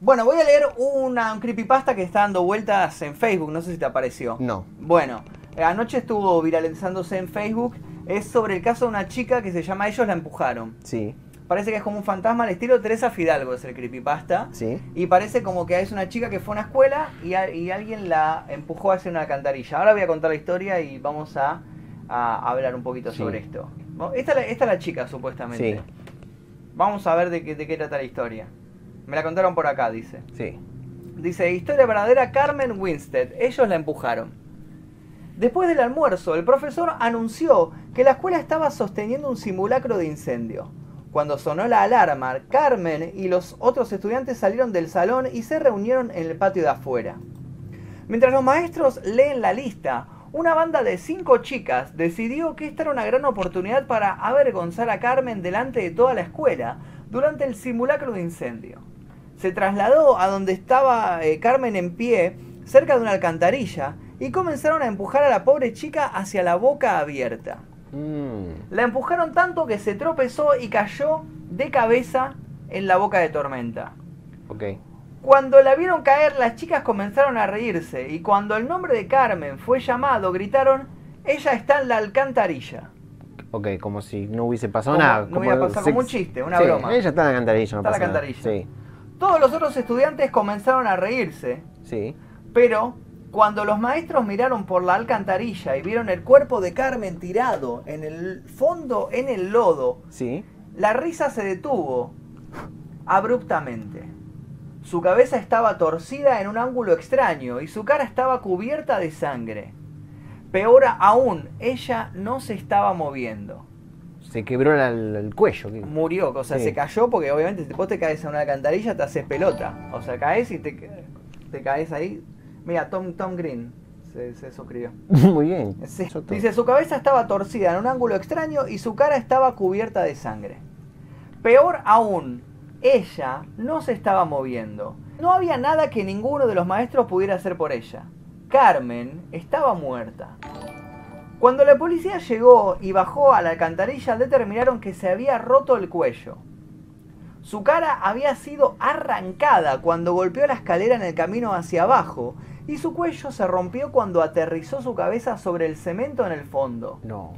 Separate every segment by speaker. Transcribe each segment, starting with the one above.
Speaker 1: Bueno, voy a leer una un creepypasta que está dando vueltas en Facebook, no sé si te apareció.
Speaker 2: No.
Speaker 1: Bueno, eh, anoche estuvo viralizándose en Facebook, es sobre el caso de una chica que se llama Ellos la empujaron.
Speaker 2: Sí,
Speaker 1: Parece que es como un fantasma al estilo Teresa Fidalgo, es el creepypasta.
Speaker 2: sí.
Speaker 1: Y parece como que es una chica que fue a una escuela y, a- y alguien la empujó hacia una alcantarilla. Ahora voy a contar la historia y vamos a, a hablar un poquito
Speaker 2: Sí.
Speaker 1: sobre esto. Bueno, Esta, es la- esta es la chica, supuestamente.
Speaker 2: Sí.
Speaker 1: Vamos a ver de qué, de qué trata la historia. Me la contaron por acá, dice.
Speaker 2: Sí.
Speaker 1: Dice, historia verdadera Carmen Winstead. Ellos la empujaron. Después del almuerzo, el profesor anunció que la escuela estaba sosteniendo un simulacro de incendio. Cuando sonó la alarma, Carmen y los otros estudiantes salieron del salón y se reunieron en el patio de afuera. Mientras los maestros leen la lista, una banda de cinco chicas decidió que esta era una gran oportunidad para avergonzar a Carmen delante de toda la escuela durante el simulacro de incendio. Se trasladó a donde estaba eh, Carmen en pie, cerca de una alcantarilla, y comenzaron a empujar a la pobre chica hacia la boca abierta.
Speaker 2: Mm.
Speaker 1: La empujaron tanto que se tropezó y cayó de cabeza en la boca de tormenta.
Speaker 2: Ok.
Speaker 1: Cuando la vieron caer, las chicas comenzaron a reírse y cuando el nombre de Carmen fue llamado, gritaron, ella está en la alcantarilla.
Speaker 2: Ok, como si no hubiese pasado
Speaker 1: Como-
Speaker 2: nada.
Speaker 1: no hubiera pasado, como un chiste, una
Speaker 2: Sí,
Speaker 1: broma.
Speaker 2: Ella está en la cantarilla,
Speaker 1: Está
Speaker 2: no
Speaker 1: en la
Speaker 2: pasa nada.
Speaker 1: cantarilla. Todos los otros estudiantes comenzaron a reírse,
Speaker 2: Sí, sí.
Speaker 1: pero cuando los maestros miraron por la alcantarilla y vieron el cuerpo de Carmen tirado en el fondo, en el lodo,
Speaker 2: Sí.
Speaker 1: La risa se detuvo abruptamente. Su cabeza estaba torcida en un ángulo extraño y su cara estaba cubierta de sangre. Peor aún, ella no se estaba moviendo.
Speaker 2: Se quebró la- la- el cuello. ¿qué?
Speaker 1: Murió, o sea,
Speaker 2: Sí.
Speaker 1: se cayó porque obviamente si vos te caes en una alcantarilla te haces pelota. O sea, caes y te, te caes ahí. Mira, Tom, Tom Green se, se suscribió.
Speaker 2: Muy bien.
Speaker 1: Sí.
Speaker 2: Yo to-
Speaker 1: Dice, su cabeza estaba torcida en un ángulo extraño y su cara estaba cubierta de sangre. Peor aún, ella no se estaba moviendo. No había nada que ninguno de los maestros pudiera hacer por ella. Carmen estaba muerta. Cuando la policía llegó y bajó a la alcantarilla, determinaron que se había roto el cuello. Su cara había sido arrancada cuando golpeó la escalera en el camino hacia abajo y su cuello se rompió cuando aterrizó su cabeza sobre el cemento en el fondo.
Speaker 2: No.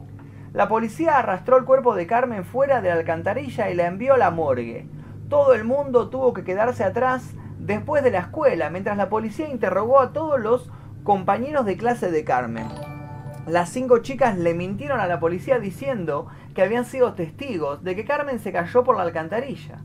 Speaker 1: La policía arrastró el cuerpo de Carmen fuera de la alcantarilla y la envió a la morgue. Todo el mundo tuvo que quedarse atrás después de la escuela, mientras la policía interrogó a todos los compañeros de clase de Carmen. Las cinco chicas le mintieron a la policía diciendo que habían sido testigos de que Carmen se cayó por la alcantarilla.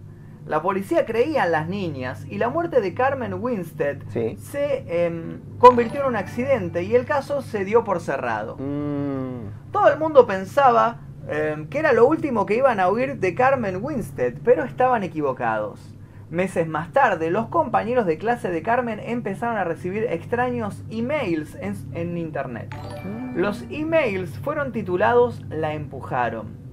Speaker 1: La policía creía en las niñas y la muerte de Carmen Winstead
Speaker 2: Sí.
Speaker 1: se em, convirtió en un accidente y el caso se dio por cerrado.
Speaker 2: Mm.
Speaker 1: Todo el mundo pensaba eh, que era lo último que iban a oír de Carmen Winstead, pero estaban equivocados. Meses más tarde, los compañeros de clase de Carmen empezaron a recibir extraños emails en, en internet.
Speaker 2: Mm.
Speaker 1: Los emails fueron titulados La empujaron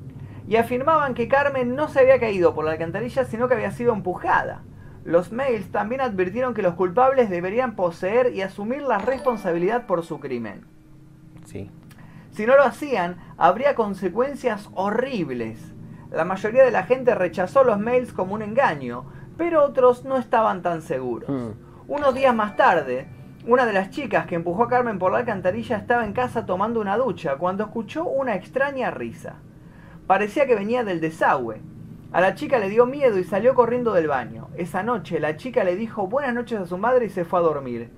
Speaker 1: y afirmaban que Carmen no se había caído por la alcantarilla, sino que había sido empujada. Los mails también advirtieron que los culpables deberían poseer y asumir la responsabilidad por su crimen.
Speaker 2: Sí.
Speaker 1: Si no lo hacían, habría consecuencias horribles. La mayoría de la gente rechazó los mails como un engaño, pero otros no estaban tan seguros.
Speaker 2: Mm.
Speaker 1: Unos días más tarde, una de las chicas que empujó a Carmen por la alcantarilla estaba en casa tomando una ducha cuando escuchó una extraña risa. Parecía que venía del desagüe. A la chica le dio miedo y salió corriendo del baño. Esa noche la chica le dijo buenas noches a su madre y se fue a dormir.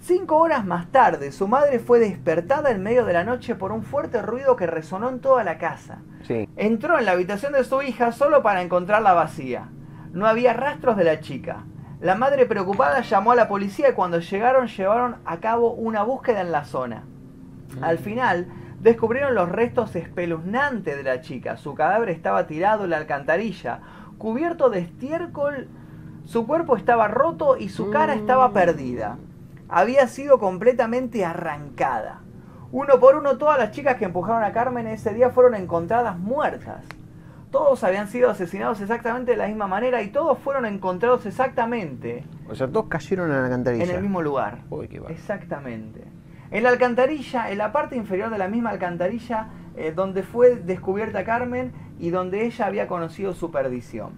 Speaker 1: Cinco horas más tarde, su madre fue despertada en medio de la noche por un fuerte ruido que resonó en toda la casa.
Speaker 2: Sí.
Speaker 1: Entró en la habitación de su hija solo para encontrarla vacía. No había rastros de la chica. La madre preocupada llamó a la policía y cuando llegaron llevaron a cabo una búsqueda en la zona. Al final descubrieron los restos espeluznantes de la chica. Su cadáver estaba tirado en la alcantarilla, cubierto de estiércol, su cuerpo estaba roto y su cara
Speaker 2: Mm.
Speaker 1: estaba perdida. Había sido completamente arrancada. Uno por uno todas las chicas que empujaron a Carmen ese día fueron encontradas muertas. Todos habían sido asesinados exactamente de la misma manera y todos fueron encontrados exactamente
Speaker 2: O sea, todos cayeron a la cantarilla.
Speaker 1: en el mismo lugar.
Speaker 2: Uy, qué bárbaro.
Speaker 1: Exactamente. En la alcantarilla, en la parte inferior de la misma alcantarilla, eh, donde fue descubierta Carmen y donde ella había conocido su perdición.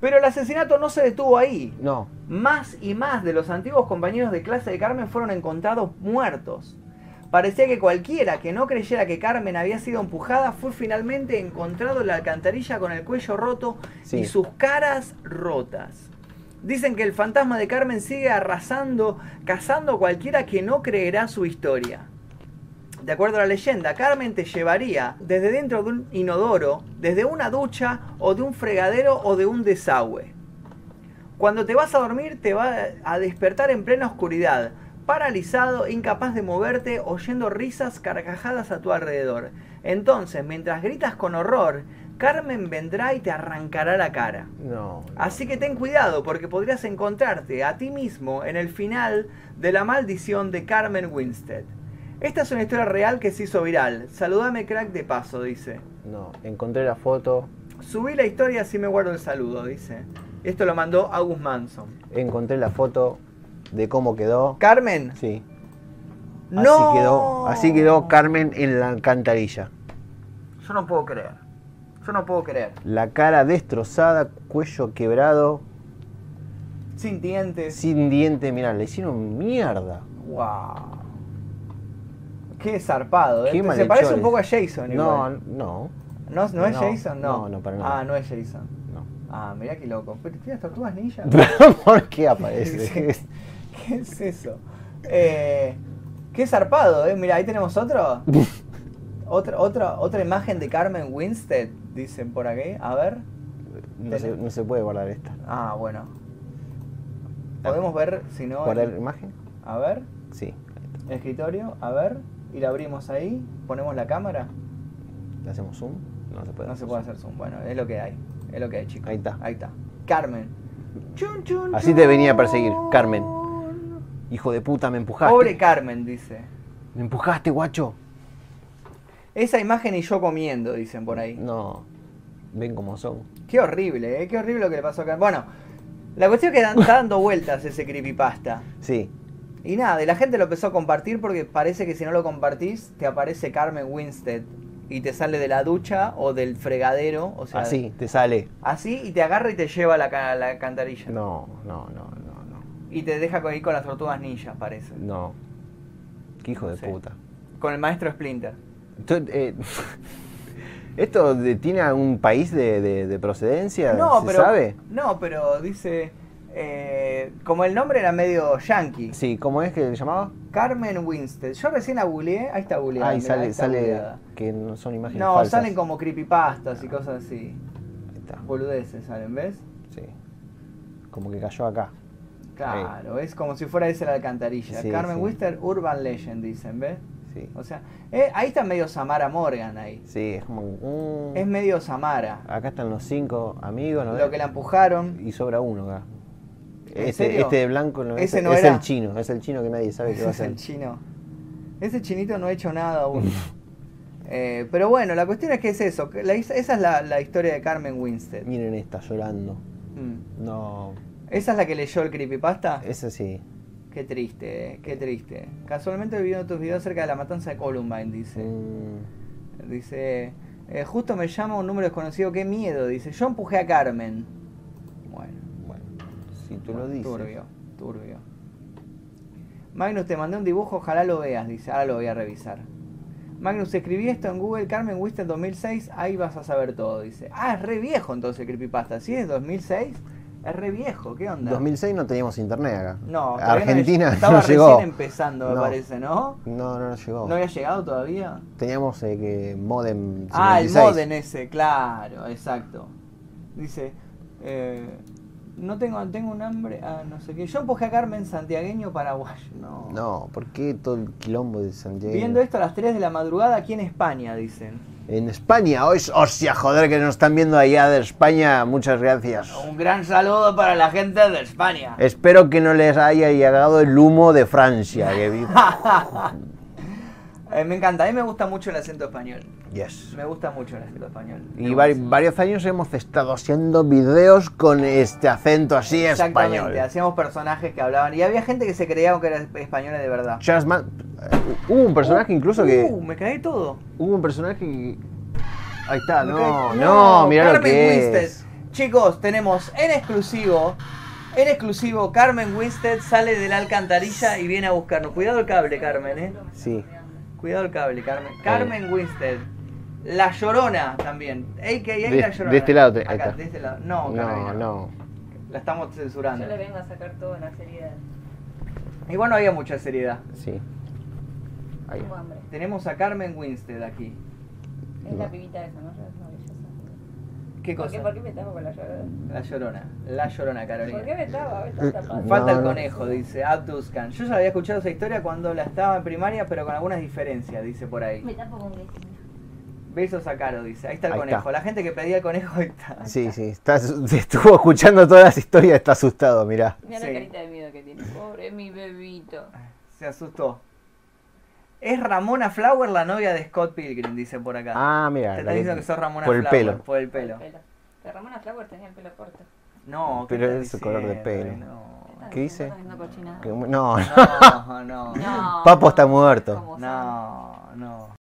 Speaker 1: Pero el asesinato no se detuvo ahí.
Speaker 2: No.
Speaker 1: Más y más de los antiguos compañeros de clase de Carmen fueron encontrados muertos. Parecía que cualquiera que no creyera que Carmen había sido empujada fue finalmente encontrado en la alcantarilla con el cuello roto
Speaker 2: Sí.
Speaker 1: y sus caras rotas. Dicen que el fantasma de Carmen sigue arrasando, cazando a cualquiera que no creerá su historia. De acuerdo a la leyenda, Carmen te llevaría desde dentro de un inodoro, desde una ducha o de un fregadero o de un desagüe. Cuando te vas a dormir te va a despertar en plena oscuridad, paralizado, incapaz de moverte, oyendo risas, carcajadas a tu alrededor. Entonces, mientras gritas con horror, Carmen vendrá y te arrancará la cara.
Speaker 2: No.
Speaker 1: Así que ten cuidado porque podrías encontrarte a ti mismo en el final de la maldición de Carmen Winstead. Esta es una historia real que se hizo viral. Saludame crack de paso, dice.
Speaker 2: No. Encontré la foto.
Speaker 1: Subí la historia así me guardo el saludo, dice. Esto lo mandó August Manson.
Speaker 2: Encontré la foto de cómo quedó.
Speaker 1: Carmen,
Speaker 2: Sí.
Speaker 1: no.
Speaker 2: Así quedó. Así quedó Carmen en la alcantarilla.
Speaker 1: Yo no puedo creer. Yo no puedo creer.
Speaker 2: La cara destrozada, cuello quebrado,
Speaker 1: Sin dientes.
Speaker 2: sin diente. Mirá, le hicieron mierda.
Speaker 1: Wow. Qué zarpado. ¿eh?
Speaker 2: Qué
Speaker 1: Se parece un
Speaker 2: malhechores.
Speaker 1: poco a Jason.
Speaker 2: No,
Speaker 1: Igual.
Speaker 2: no.
Speaker 1: No, no es
Speaker 2: no,
Speaker 1: Jason, no.
Speaker 2: no, no, para nada.
Speaker 1: Ah, no es Jason.
Speaker 2: No.
Speaker 1: Ah, mirá qué loco. ¿Pero tiene las tortugas ninja?
Speaker 2: ¿Pero por qué aparece?
Speaker 1: Sí. ¿Qué es eso? Eh, qué zarpado, ¿eh? Mirá, ahí tenemos otro. otra, otra, otra imagen de Carmen Winstead, dicen por aquí. A ver.
Speaker 2: No se, no se puede guardar esta.
Speaker 1: Ah, bueno. Podemos ver, si no.
Speaker 2: ¿Guardar la imagen?
Speaker 1: A ver.
Speaker 2: Sí.
Speaker 1: Escritorio, a ver. Y la abrimos ahí. Ponemos la cámara.
Speaker 2: ¿Le hacemos zoom? No se puede.
Speaker 1: No se puede hacer zoom. Bueno, es lo que hay. Es lo que hay, chicos.
Speaker 2: Ahí está.
Speaker 1: Ahí está. Carmen. Chun, chun,
Speaker 2: Así te venía a
Speaker 1: chun.
Speaker 2: perseguir, Carmen. Hijo de puta, me empujaste.
Speaker 1: Pobre Carmen, dice.
Speaker 2: Me empujaste, guacho.
Speaker 1: Esa imagen y yo comiendo, dicen por ahí.
Speaker 2: No. Ven cómo son.
Speaker 1: Qué horrible, ¿eh? Qué horrible lo que le pasó a Carmen. Bueno, la cuestión es que dan- está dando vueltas ese creepypasta.
Speaker 2: Sí.
Speaker 1: Y nada, y la gente lo empezó a compartir porque parece que si no lo compartís, te aparece Carmen Winstead. Y te sale de la ducha o del fregadero. O sea,
Speaker 2: Así, te sale.
Speaker 1: Así y te agarra y te lleva a la, ca- a la cantarilla.
Speaker 2: No, no, no, no, no.
Speaker 1: Y te deja con- ahí con las tortugas ninjas, parece.
Speaker 2: No. Qué hijo de
Speaker 1: Sí.
Speaker 2: puta.
Speaker 1: Con el maestro Splinter.
Speaker 2: Esto, eh, ¿esto de- tiene algún país de, de- de procedencia?
Speaker 1: No,
Speaker 2: ¿Se
Speaker 1: pero.
Speaker 2: sabe?
Speaker 1: No, pero dice. eh, como el nombre era medio yankee.
Speaker 2: Sí, ¿cómo es que le llamaba?
Speaker 1: Carmen Winstead. Yo recién la googleé. Ahí está googleada.
Speaker 2: Ahí
Speaker 1: mirá,
Speaker 2: sale,
Speaker 1: ahí está
Speaker 2: sale
Speaker 1: googleada.
Speaker 2: que no son imágenes
Speaker 1: No,
Speaker 2: falsas.
Speaker 1: salen como creepypastas y cosas así.
Speaker 2: Ahí está,
Speaker 1: Boludeces salen, ¿ves?
Speaker 2: sí. Como que cayó acá.
Speaker 1: Claro, es como si fuera esa la alcantarilla.
Speaker 2: Sí,
Speaker 1: Carmen
Speaker 2: sí.
Speaker 1: Winstead, Urban Legend, dicen, ¿ves?
Speaker 2: Sí,
Speaker 1: O sea, eh, ahí está medio Samara Morgan ahí.
Speaker 2: sí Ah, es como... mm,
Speaker 1: Es medio Samara.
Speaker 2: Acá están los cinco amigos, ¿no
Speaker 1: Lo
Speaker 2: ves?
Speaker 1: que la empujaron.
Speaker 2: Y sobra uno acá.
Speaker 1: ¿En
Speaker 2: Este,
Speaker 1: serio?
Speaker 2: este de blanco no,
Speaker 1: Ese
Speaker 2: es,
Speaker 1: no
Speaker 2: es
Speaker 1: era.
Speaker 2: el chino, es el chino que nadie sabe
Speaker 1: Ese
Speaker 2: qué va a
Speaker 1: es
Speaker 2: hacer.
Speaker 1: el chino. Ese chinito no ha hecho nada aún. Eh, pero bueno, la cuestión es que es eso. que la- esa es la, la historia de Carmen Winstead.
Speaker 2: Miren esta llorando.
Speaker 1: Mm.
Speaker 2: No,
Speaker 1: ¿Esa es la que leyó el creepypasta?
Speaker 2: ese sí.
Speaker 1: Qué triste, eh, qué triste. Casualmente vi uno de tus videos acerca de la matanza de Columbine, dice.
Speaker 2: Mm,
Speaker 1: Dice, eh, justo me llama un número desconocido, qué miedo, dice. Yo empujé a Carmen. Bueno,
Speaker 2: bueno, si tú
Speaker 1: bueno,
Speaker 2: lo dices.
Speaker 1: turbio, turbio. Magnus, te mandé un dibujo, ojalá lo veas, dice. Ahora lo voy a revisar. Magnus, escribí esto en Google, Carmen Winston 2006, ahí vas a saber todo, dice. Ah, es re viejo entonces el creepypasta, ¿sí? ¿Es 2006? Es re viejo, ¿qué onda?
Speaker 2: 2006 no teníamos internet acá.
Speaker 1: No, todavía no lleg-
Speaker 2: Argentina no,
Speaker 1: estaba recién
Speaker 2: llegó.
Speaker 1: empezando, me
Speaker 2: No.
Speaker 1: parece, ¿no?
Speaker 2: No, no, no llegó.
Speaker 1: ¿No había llegado todavía?
Speaker 2: Teníamos eh, que modem.
Speaker 1: Ah, el
Speaker 2: 56.
Speaker 1: modem ese, claro, exacto. Dice, eh, no tengo, tengo un hambre, ah, no sé qué. Yo empujé a Carmen Santiagueño Paraguayo, no.
Speaker 2: No, ¿por qué todo el quilombo de Santiago?
Speaker 1: Viendo esto a las 3 de la madrugada aquí en España, dicen.
Speaker 2: En España, hoy, hostia, joder, que nos están viendo allá de España, muchas gracias.
Speaker 1: Un gran saludo para la gente de España.
Speaker 2: Espero que no les haya llegado el humo de Francia. que vi-
Speaker 1: Eh, me encanta, a mí me gusta mucho el acento español.
Speaker 2: Yes.
Speaker 1: Me gusta mucho el acento español.
Speaker 2: Y vari- varios años hemos estado haciendo videos con este acento así
Speaker 1: Exactamente,
Speaker 2: español.
Speaker 1: hacíamos personajes que hablaban y había gente que se creía que eran españoles de verdad.
Speaker 2: Charles Man- Hubo un personaje incluso
Speaker 1: Uh,
Speaker 2: que.
Speaker 1: uh, me caí todo.
Speaker 2: Hubo un personaje que. Ahí está,
Speaker 1: Me
Speaker 2: Ah, no,
Speaker 1: caí-
Speaker 2: no, mira lo
Speaker 1: Carmen
Speaker 2: que
Speaker 1: Winstead.
Speaker 2: es.
Speaker 1: Chicos, tenemos en exclusivo, en exclusivo, Carmen Winstead sale de la alcantarilla y viene a buscarnos. Cuidado el cable, Carmen, eh.
Speaker 2: Sí.
Speaker 1: Cuidado el cable, Carmen. Carmen Winstead. La Llorona también. AKA
Speaker 2: De-
Speaker 1: La Llorona.
Speaker 2: de este lado te-
Speaker 1: Acá,
Speaker 2: ahí está.
Speaker 1: de este lado. No,
Speaker 2: No,
Speaker 1: Carolina.
Speaker 2: no.
Speaker 1: La estamos censurando.
Speaker 3: Yo le vengo a sacar toda la seriedad.
Speaker 1: Igual no había mucha seriedad.
Speaker 2: Sí. Ahí.
Speaker 3: Tengo hambre.
Speaker 1: Tenemos a Carmen Winstead aquí.
Speaker 3: Es la pibita esa, ¿no? Es maravillosa.
Speaker 1: ¿Qué
Speaker 3: ¿Por
Speaker 1: cosa?
Speaker 3: qué, ¿Por qué me tapo con la llorada?
Speaker 1: La Llorona. La Llorona, Carolina.
Speaker 3: ¿Por qué me tapo? A ver, estás tapado.
Speaker 1: Eh, Falta
Speaker 2: No,
Speaker 1: el
Speaker 2: no.
Speaker 1: conejo, dice Abduskan. Yo ya había escuchado esa historia cuando la estaba en primaria, pero con algunas diferencias, dice por ahí.
Speaker 4: Me tapo con Cristina.
Speaker 1: Besos a Caro, dice. Ahí está el
Speaker 2: Ahí
Speaker 1: conejo.
Speaker 2: está.
Speaker 1: La gente que pedía el conejo ahí está.
Speaker 2: Sí, sí. Está, se estuvo escuchando todas las historias, está asustado, mirá.
Speaker 3: Mira
Speaker 1: Sí.
Speaker 3: la carita de miedo que tiene. Pobre mi bebito.
Speaker 1: Se asustó. Es Ramona Flower la novia de Scott Pilgrim, dice por acá.
Speaker 2: Ah,
Speaker 1: Te
Speaker 2: mirá. la
Speaker 1: están
Speaker 2: que-
Speaker 1: diciendo que sos Ramona
Speaker 2: por el
Speaker 1: Flower,
Speaker 2: pelo.
Speaker 1: Por el pelo.
Speaker 3: Pero Ramona Flower tenía el pelo corto.
Speaker 1: No, ¿qué
Speaker 2: Pero
Speaker 1: estás
Speaker 2: es su color de
Speaker 1: diciendo?
Speaker 2: pelo.
Speaker 1: No.
Speaker 3: Estás
Speaker 2: ¿Qué dice?
Speaker 3: haciendo cochinada.
Speaker 2: que- No,
Speaker 1: No, no.
Speaker 3: No,
Speaker 2: Papo está muerto.
Speaker 3: como saben.
Speaker 1: No, no.